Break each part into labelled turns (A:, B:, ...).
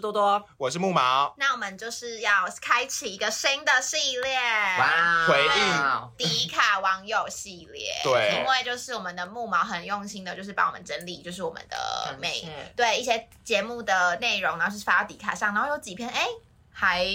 A: 多
B: 哦
A: 多，
C: 我是木毛，
D: 那我们就是要开启一个新的系列，
B: 哇，哦
C: 回应
D: 迪卡网友系 列。
C: 对
D: 因为就是我们的木毛很用心的，就是帮我们整理，就是我们的每
B: 感谢
D: 对一些节目的内容，然后是发到迪卡上，然后有几篇哎、还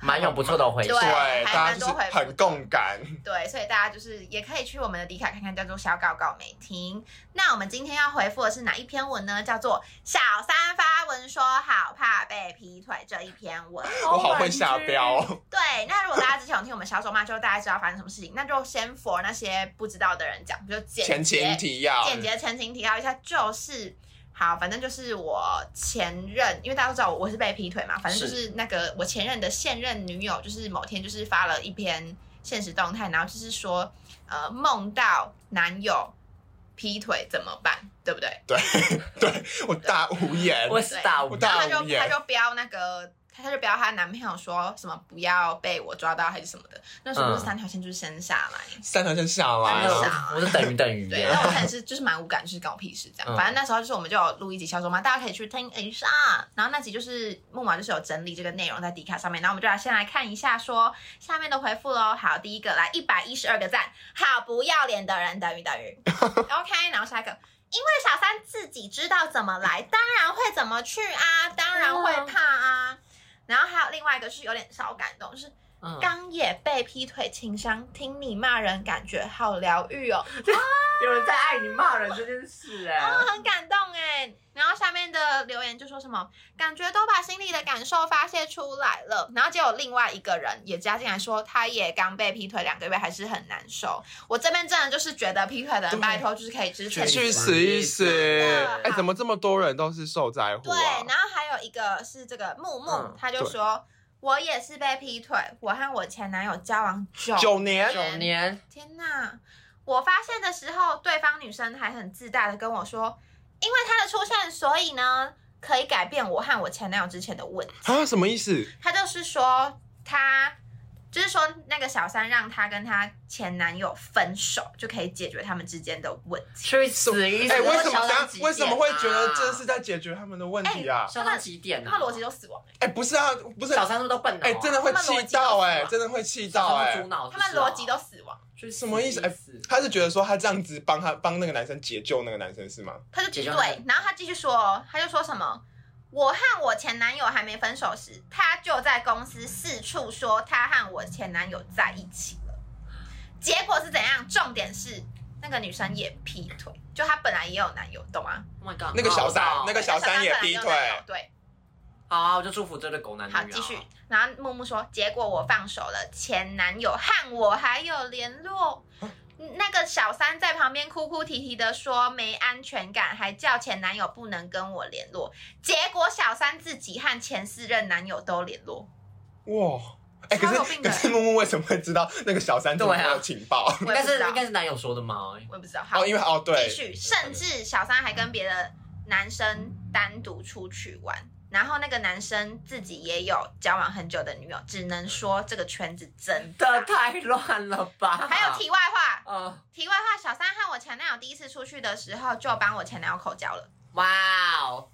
B: 蛮有不错的回应
D: 对。
C: 对，
D: 还
C: 大家
D: 蛮
C: 就
D: 多
C: 是
D: 回复
C: 很共感。
D: 对，所以大家就是也可以去我们的迪卡看看，叫做小搞搞美听。那我们今天要回复的是哪一篇文呢？叫做小三发文说好怕被劈腿这一篇文。
C: 我好会下标、哦，
D: 对，那如果大家之前有听我们小手骂，就大家知道发生什么事情，那就先 for 那些不知道的人讲，就简洁
C: 前情提要，
D: 简洁前情提要一下，就是好，反正就是我前任，因为大家都知道我是被劈腿嘛，反正就是那个我前任的现任女友，就是某天就是发了一篇现实动态，然后就是说，呃，梦到男友劈腿怎么办，对不对？
C: 对对，我大无言，
B: 我是大五
C: 我大
D: 然后她
C: 无
D: 就
C: 言
D: 她就标那个。她就标她男朋友说什么不要被我抓到还是什么的，那时候不是
B: 嗯
D: 三条线就是生下来，
C: 三条线下
D: 三
C: 来
D: 条
C: 了
D: 线，
B: 我啊是等于等于
D: 对，
B: 耶
D: 那，我看是就是蛮无感，就是跟我屁事这样。
B: 嗯
D: 反正那时候就是我们就有录一集小说嘛，大家可以去听一下。然后那集就是木马就是有整理这个内容在迪卡上面，然后我们就来先来看一下说下面的回复喽。好，第一个来一百一十二个赞，好不要脸的人等于等 于 OK，然后下一个。因为小三自己知道怎么来，当然会怎么去啊，当然会
B: 嗯
D: 怕啊。然后还有另外一个是有点小感动，是
B: 嗯
D: 刚也被劈腿情商，听你骂人感觉好疗愈哦。
B: 有人在爱你骂人这件事哎
D: 啊，很感动哎。然后下面的留言就说什么，感觉都把心里的感受发泄出来了。然后就有另外一个人也加进来说，他也刚被劈腿两个月，还是很难受。我这边真的就是觉得劈腿的人，
C: 对
D: 拜托就是可以支持
B: 确
C: 去
B: 实
D: 你。
C: 死一死
D: 真的！
C: 哎、怎么这么多人都是受灾户
D: 对，
C: 啊？
D: 然后还有一个是这个木木，
B: 嗯
D: 他就说。我也是被劈腿，我和我前男友交往久
C: 九年，
B: 九年，
D: 天呐！我发现的时候，对方女生还很自大的跟我说，因为他的出现，所以呢，可以改变我和我前男友之前的问题。
C: 啊，什么意思？
D: 他就是说，他就是说那个小三让他跟他前男友分手，就可以解决他们之间的问题。
B: 去死一死！
C: 哎、为什
B: 这嚣
C: 么？等下
B: 张极点啊
C: 为什么会觉得这是在解决他们的问题啊？
B: 嚣张几点呢？
D: 他们逻辑都死亡了、
C: 哎、不是啊，不是，
B: 小三是不是都笨哦
C: 哎、真的会气到哎、真的会气到哎、
B: 小三都猪脑子
D: 他
B: 是哦
D: 们逻辑都死亡。
B: 去死
C: 什么意思哎他是觉得说他这样子帮他帮那个男生解救那个男生是吗？
D: 他就
B: 解决问
D: 对
B: 题，
D: 然后他继续说哦，他就说什么？我和我前男友还没分手时，他就在公司四处说他和我前男友在一起了。结果是怎样？重点是那个女生也劈腿，就她本来也有男友，懂吗？
B: Oh my god！
C: 那个小三
B: 好
C: 那个小三也劈腿
D: 那个小三本来也有男友对，
B: 好啊，我就祝福这对狗男女啊
D: 好，继续。然后木木说，结果我放手了，前男友和我还有联络。
C: 啊
D: 那个小三在旁边哭哭啼啼的说没安全感，还叫前男友不能跟我联络。结果小三自己和前四任男友都联络，
C: 哇！哎、可
D: 超有
C: 是
D: 病的
C: 可是木木为什么会知道那个小三怎么
B: 对啊
C: 有情报？
D: 我
B: 应
D: 也
B: 该
D: 不知
B: 是
D: 道
B: 应，该是男友说的吗？
D: 我也不知道。好，
C: 哦，因为哦对
D: 继，续，甚至小三还跟别的男生单独出去玩，然后那个男生自己也有交往很久的女友，只能说这个圈子真
B: 这
D: 大。
B: 太乱了吧！
D: 还有
C: 啊
D: 题外话，
B: 呃，
D: 题外话，小三和我前男友第一次出去的时候，就帮我前男友口交了。
B: 哇哦！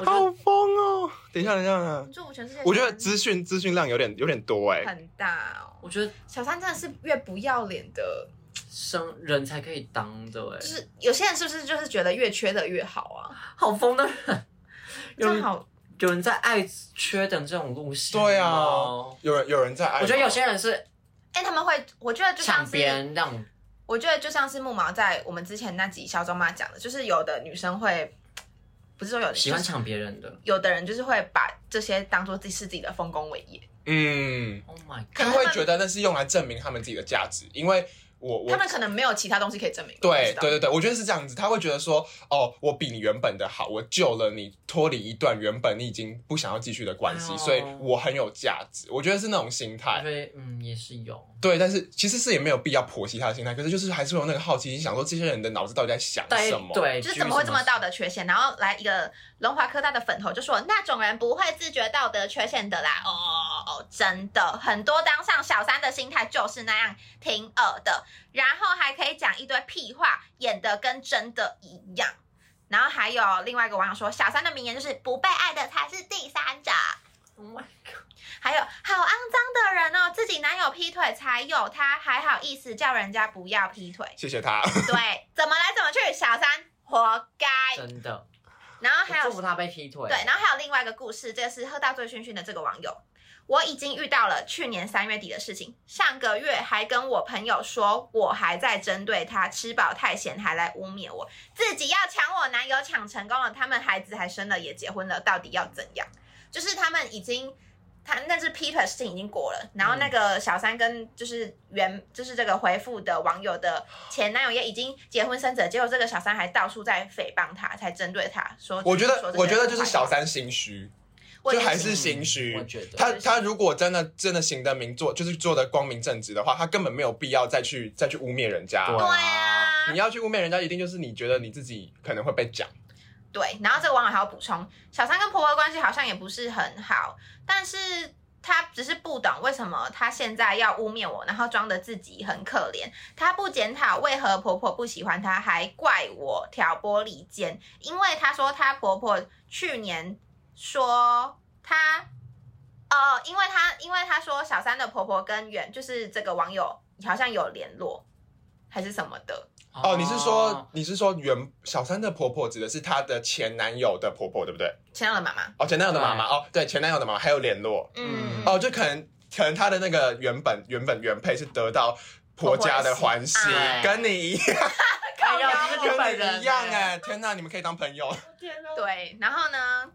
B: 我觉
C: 好疯哦！等一下，等一下，等一下
D: 祝福全世界，
C: 我觉得资讯资讯量有点有点多哎、
D: 啊很大哦。
B: 我觉得
D: 小三真的是越不要脸的，
B: 生人才可以当的哎
D: 就，是有些人是不是就是觉得越缺的越好啊？
B: 好疯的人，有
D: 正
B: 人
D: 好
B: 有人在爱缺等这种路线吗，
C: 对啊有人有人在爱吗，
B: 我觉得有些人是
D: 哎、他们会，我觉得就像
B: 抢别
D: 是，
B: 人那种，
D: 我觉得就像是木毛在我们之前那集小周妈讲的，就是有的女生会，不是说有的
B: 喜欢
D: 就是
B: 抢别人的。
D: 有的人就是会把这些当做自己是自己的丰功伟业，
C: 嗯，
B: Oh my god！
D: 可
C: 他
D: 能
C: 会
D: 们
C: 觉得那是用来证明他们自己的价值，因为我我
D: 他们可能没有其他东西可以证明。我不
C: 对
D: 知道
C: 对对对，我觉得是这样子，他会觉得说，哦，我比你原本的好，我救了你脱离一段原本你已经不想要继续的关系，
B: 哦
C: 所以我很有价值。我觉得是那种心
B: 我
C: 态，
B: 觉得嗯也是有，
C: 对，但是其实是也没有必要剖析他的心态，可是就是还是会有那个好奇心，想说这些人的脑子到底在想
B: 对
C: 什么？，。
B: 对，
D: 就是怎么会这么
B: 大？
D: 道德缺陷？然后来一个龙华科大的粉头就说那种人不会自觉道德缺陷的啦，哦哦哦，真的很多当上小三的心态就是那样，挺恶的，然后还可以讲一堆屁话，演的跟真的一样。然后还有另外一个网友说，小三的名言就是不被爱的才是第三者。
B: Oh my
D: 哎
B: god！
D: 还有好肮脏的人哦，自己男友劈腿才有他，还好意思叫人家不要劈腿
C: 谢谢他。
D: 对，怎么来怎么去，小三活该。
B: 真的，
D: 然后
B: 我
D: 还有
B: 祝福他被劈腿。
D: 对，然后还有另外一个故事，这是喝到醉醺醺的这个网友，我已经遇到了去年三月底的事情，上个月还跟我朋友说我还在针对他，吃饱太闲还来污蔑我，自己要抢我男友抢成功了，他们孩子还生了也结婚了，到底要怎样？就是他们已经。他那是劈腿事情已经过了，然后那个小三跟就是原就是这个回复的网友的前男友也已经结婚生子了，结果这个小三还到处在诽谤他，才针对他说。
C: 我觉
D: 说
C: 得
D: 这，些
C: 我觉得就
D: 坏
C: 是
D: 话
C: 小三心虚，
D: 我
C: 就
D: 也
C: 还
D: 是
C: 是心虚
B: 嗯我觉得
C: 他
D: 对
C: 他如果真的真的行得明做，就是做的光明正直的话，他根本没有必要再去再去污蔑人家。
D: 对
B: 对
D: 啊，
C: 你要去污蔑人家，一定就是你觉得你自己可能会被讲。
D: 对。然后这个网友还要补充，小三跟婆婆关系好像也不是很好，但是他只是不懂为什么他现在要污蔑我，然后装的自己很可怜。他不检讨为何婆婆不喜欢他，还怪我挑拨离间，因为他说他婆婆去年说他。哦，因为他因为他说小三的婆婆跟原就是这个网友好像有联络，还是什么的，
C: 哦，你是说你是说原小三的婆婆指的是她的前男友的婆婆，对不对？
D: 前男友的妈妈，
C: 哦，前男友的妈妈，
B: 对
C: 哦，对，前男友的妈妈还有联络，
D: 嗯，
B: 嗯
C: 哦，就可能可能她的那个原本原本原配是得到婆家的欢心
D: 婆婆
B: 的，喜爱
C: 跟你一样，
B: 哎呀，
D: 靠腰
B: 这
D: 哦
B: 是日本
C: 跟你
B: 人
C: 一样
B: 哎，
C: 哎，天哪，你们可以当朋友。
B: 天哪！
D: 对，然后呢，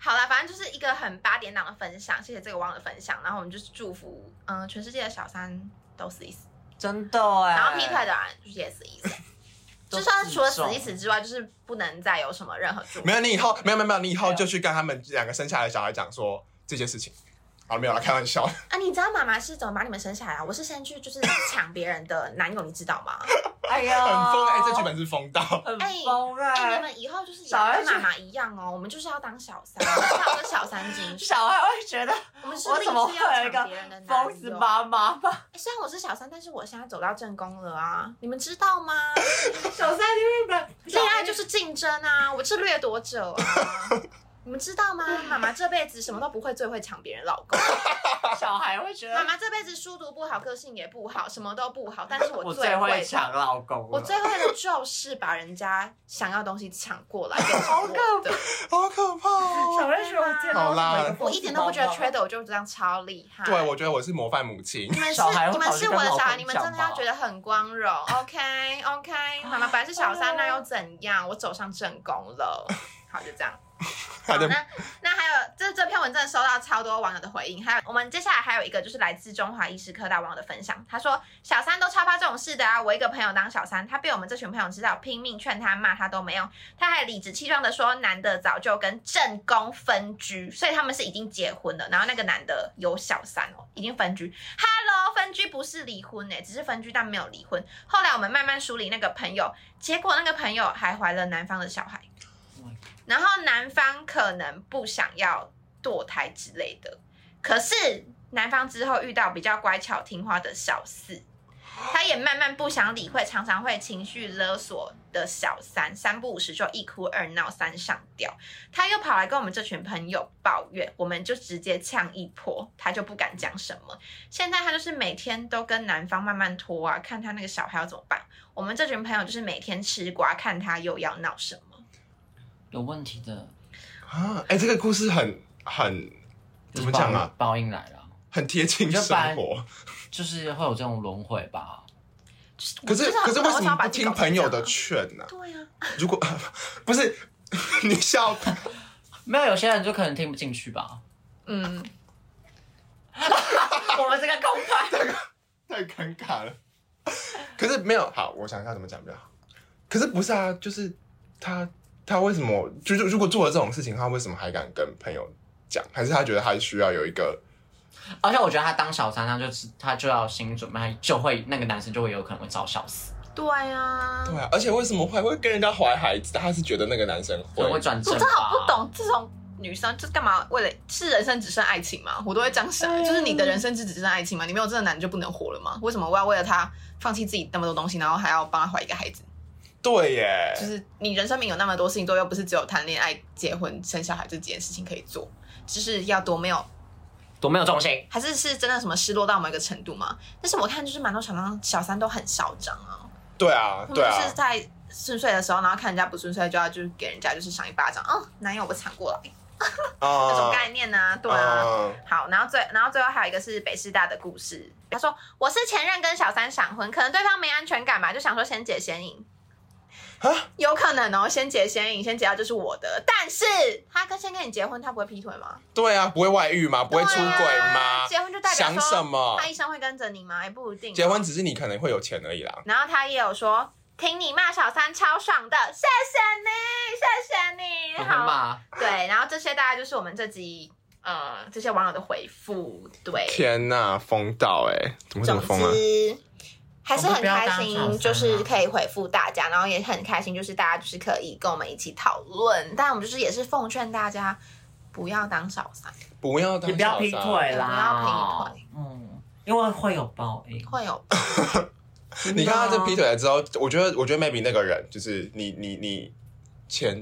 D: 好啦，反正就是一个很八点档的分享，谢谢这个网友的分享，然后我们就是祝福，嗯、全世界的小三都死一死，
B: 真的哎。
D: 然后劈腿的人就是也死一 死，就算是除了死一死之外，就是不能再有什么任何祝福
C: 没。有，你以后没有没有没有，你以后
B: 没有
C: 就去跟他们两个生下来的小孩讲说这件事情。好了，没有了，开玩笑。
D: 啊，你知道妈妈是怎么把你们生下来啊？我是先去就是抢别人的男友，你知道吗？
B: 哎呀，
C: 很疯哎、这剧本是疯到。
B: 很
D: 哎
B: 疯
D: 哎、你
B: 哎。
D: 们以后就是也
B: 小
D: 要
B: 孩
D: 跟
B: 子
D: 妈妈一样哦，我们就是要当小三，我们就是要有小三精神。
B: 小孩会觉得
D: 我们是
B: 我怎么
D: 立志要
B: 会有一
D: 抢
B: 个
D: 别人的男
B: 疯子
D: 友
B: 妈妈 吧？
D: 欸虽然我是小三，但是我现在走到正宫了啊！你们知道吗？
B: 小三因为
D: 恋爱就是竞争啊，我是掠夺者 啊！你们知道吗？妈妈这辈子什么都不会，最会抢别人老 公。
B: 小孩会觉
D: 妈
B: 得
D: 妈这辈子书读不好，个性也不好，什么都不好，但是
B: 我
D: 我
B: 最
D: 最
B: 会
D: 会
B: 抢老公了，
D: 我最会的就是把人家想要的东西抢过来给
B: 好
D: 我
B: 可
D: 的。
C: 好可怕
B: 小
C: 哦！
B: 瑞说我见到
C: 好啦
B: 每个疯子
D: 我一点都不觉得
B: 妈妈
D: Trader 就这样超厉害。
C: 对，我觉得我是模范母亲。
D: 你们是
B: 小孩
D: 你
B: 会
D: 们是我的小
B: 跑去跟老
D: 孩，
B: 公
D: 你们真的
B: 讲吧
D: 要觉得很光荣。OK OK，妈妈本来是小三，那又怎样？我走上正宫了。好，就这样。好，
C: 的
D: 那那还有这这篇文真的收到超多网友的回应，还有我们接下来还有一个就是来自中华医师科大网友的分享，他说小三都超怕这种事的啊，我一个朋友当小三，他被我们这群朋友知道，拼命劝他骂他都没用，他还理直气壮的说男的早就跟正宫分居，所以他们是已经结婚了，然后那个男的有小三哦，已经分居。Hello，分哦居不是离婚呢、欸只是分居但没有离婚。后来我们慢慢梳理那个朋友，结果那个朋友还怀了男方的小孩
B: Oh my，
D: 然后男方可能不想要堕胎之类的，可是男方之后遇到比较乖巧听话的小四，他也慢慢不想理会，常常会情绪勒索的小三，三不五时就一哭二闹三上吊。他又跑来跟我们这群朋友抱怨，我们就直接呛一波，他就不敢讲什么。现在他就是每天都跟男方慢慢拖啊，看他那个小孩要怎么办。我们这群朋友就是每天吃瓜，看他又要闹什么。
B: 有问题的，
C: 啊，哎、这个故事很
D: 嗯
C: 很怎么讲啊？？
B: 报应来了，
C: 很贴近
B: 就把
C: 生活。
B: 就是会有这种轮回吧？
D: 就是
C: 可是
D: 我就很
C: 可是
D: 不懂
C: 为
D: 想
C: 什么
D: 要把
C: 不
D: 自己
C: 听
D: 搞成
C: 朋友
D: 这
C: 的
D: 样啊
C: 劝呢、
D: 对啊，
C: 如果 不是 你笑，
B: 没有，有些人就可能听不进去吧。
D: 嗯，
B: 我们这个公派，
C: 太尴尬了。可是没有好，我想一下怎么讲比较好。可是不是啊，就是他他为什么就是如果做了这种事情，他为什么还敢跟朋友讲？还是他觉得他需要有一个
B: 而且我觉得他当小三，他就是他就要心理准备，他就会那个男生就会有可能会找小四，
D: 对啊。
C: 对啊？而且为什么会会跟人家怀孩子？他是觉得那个男生
B: 可
C: 会
B: 能会转正
D: 我
B: 吧。
D: 真好不懂这种女生，就是干嘛为了是人生只剩爱情吗？我都会这样想、
C: 哎
D: 就是你的人生就只剩爱情吗？你没有这个男你就不能活了吗？为什么我要为了他放弃自己那么多东西，然后还要帮他怀一个孩子？
C: 对耶，
D: 就是你人生命有那么多事情做，又不是只有谈恋爱、结婚、生小孩这几件事情可以做，就是要多没有，
B: 多没有重心。
D: 还是是真的什么失落到某一个程度吗？但是我看就是蛮多小三小三都很嚣张啊，
C: 对啊，
D: 他们
C: 对
D: 就
C: 啊，
D: 是在顺遂的时候，然后看人家不顺遂，就要就是给人家就是赏一巴掌，哦，男友我抢过来，
C: 啊
D: 那种概念啊，对啊。
C: 嗯
D: 好，然后最，然后最后还有一个是北师大的故事。他说我是前任跟小三闪婚，可能对方没安全感吧，就想说先解先赢。
C: 啊，
D: 有可能哦，先解先赢，先解到就是我的。但是他跟先跟你结婚，他不会劈腿吗？
C: 对啊，不会外遇吗？不会出轨
D: 对啊
C: 吗？
D: 结婚就代表
C: 想什
D: 说
C: 么
D: 他？一生会跟着你吗？也不一定哦。
C: 结婚只是你可能会有钱而已啦。
D: 然后他也有说，听你骂小三超爽的，谢谢你，谢谢
B: 我
D: 你，
B: 会
D: 好。
B: 骂，
D: 对，然后这些大概就是我们这集呃这些网友的回复，对。
C: 天呐，疯到哎、怎么这么
D: 总
C: 疯啊？
D: 之还是很开
B: 我们不要当小三
D: 心，
B: 啊
D: 就是可以回复大家，然后也很开心，就是大家就是可以跟我们一起讨论。但我们就是也是奉劝大家不要当小三，
C: 不要当
B: 你不要劈
C: 小三
B: 腿
D: 不要
B: 啦，
D: 劈
B: 腿，嗯，因为会有报应。
D: 会有
C: 你看他这劈腿了之后，我觉得，我觉得 maybe 那个人就是你，你，你前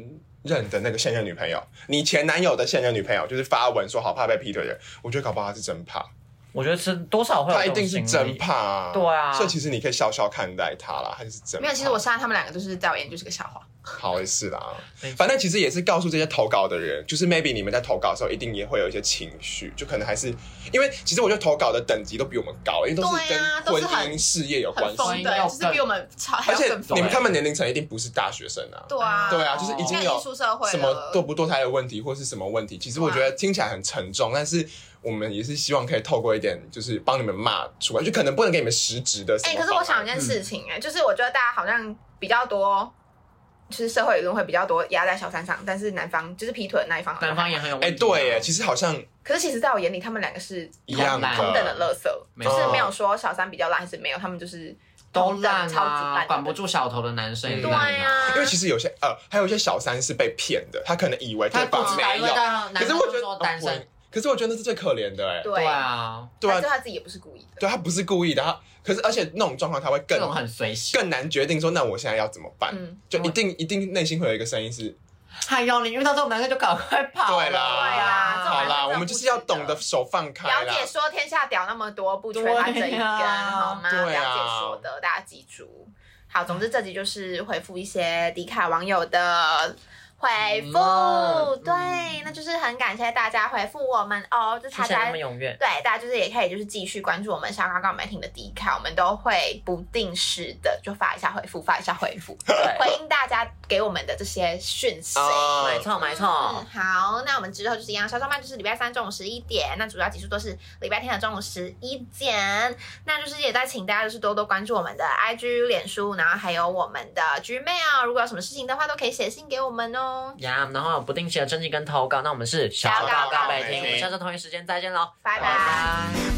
C: 任的那个现任女朋友，你前男友的现任女朋友，就是发文说好怕被劈腿的人，我觉得搞不好他是真怕，
B: 我觉得是多少会有这
C: 他一
B: 种
C: 定
B: 心
C: 是
B: 理
C: 真怕、啊
B: 对啊
C: 所以其实你可以笑笑看待他啦，他就是真怕
D: 没有？其实我现在他们两个就是在我眼里就是个笑话。
C: 好也是啦
B: 没错，
C: 反正其实也是告诉这些投稿的人，就是 maybe 你们在投稿的时候一定也会有一些情绪，就可能还是因为其实我觉得投稿的等级都比我们高，因为都是
D: 对啊
C: 跟
D: 都
C: 婚
D: 是很
C: 姻事业有关
D: 很
C: 系，
D: 疯
B: 应该
D: 的，
B: 要
D: 就是比我们超还
C: 而
D: 要
C: 且
D: 更疯。
C: 你们他们年龄层一定不是大学生啊，
D: 对啊，
C: 对啊，就是已经
D: 现在
C: 有
D: 艺术社会了
C: 什么堕不嗯堕胎的问题，或是什么问题。其实我觉得听起来很沉重，但是我们也是希望可以透过一点，就是帮你们骂出来，就可能不能给你们实质的什
D: 哎、
C: 么方案。
D: 可是我想一件事情、哎、就是我觉得大家好像比较多，就是社会舆论会比较多压在小三上，但是男方就是劈腿的那一方好像
B: 男方也很有问
C: 哎、
B: 题啊。
C: 对耶，其实好像
D: 可是其实在我眼里，他们两个是
C: 一样的
B: 同
D: 同等的垃圾，
B: 没
D: 就
B: 错
D: 是没有说小三比较烂还是没有，他们就是
B: 都
D: 同等
B: 烂
D: 超级
B: 啊，
D: 烂，
B: 管不。住小头的男生也
C: 嗯
D: 对
B: 烂啊。
D: 呀、
C: 因为其实有些呃，还有一些小三是被骗的，他可能以为
B: 他
C: 对
B: 不
C: 方
B: 知道，
C: 没
B: 因为
C: 有，
B: 他男
C: 可是
B: 生
C: 我
B: 都
C: 觉
B: 是
C: 得哦
B: 说单
C: 我
B: 身，
C: 可是我觉得那是最可怜的哎、
D: 对
B: 对啊，
C: 对
D: 但
C: 啊
D: 是，他自己也不是故意的。
C: 对啊他不是故意的，他可是而且那种状况他会
B: 这
C: 更
B: 种很随性。
C: 更难决定说，那我现在要怎么办？
D: 嗯，
C: 就一定一定内心会有一个声音是，
B: 哎呦，你遇到这种男生就赶快跑了。
C: 对啦
D: 对啦这种
C: 好
D: 男生
C: 啦，
D: 真的
C: 我们就是要
D: 不值得
C: 懂得手放开啦。
D: 了解说天下屌那么多，不缺
B: 对啊
D: 他这一根，好吗？了
C: 对啊
D: 解说的，大家记住。好，总之这集就是回复一些迪卡网友的回复，
B: 嗯
D: 对，那就是很感谢大家回复我们哦，就是
B: 谢
D: 大
B: 谢
D: 家
B: 他们踊跃。
D: 对，大家就是也可以就是继续关注我们小高高媒体的 D 卡，我们都会不定时的就发一下回复，发一下回复，回应大家给我们的这些讯息。
C: 啊
B: 没错没
D: 嗯
B: 错，，
D: 好，那我们之后就是一样，小上班就是礼拜三中午十一点，那主要集数都是礼拜天的中午十一点，那就是也在请大家就是多多关注我们的 IG、脸书，然后还有我们的 Gmail，如果有什么事情的话，都可以写信给我们哦。
B: 呀，然后有不定期的征集跟投稿，那我们是
D: 小告告
B: 告
D: 北
B: 北
C: 京
B: 听，我们下次同一时间再见喽，
D: 拜拜。
B: 拜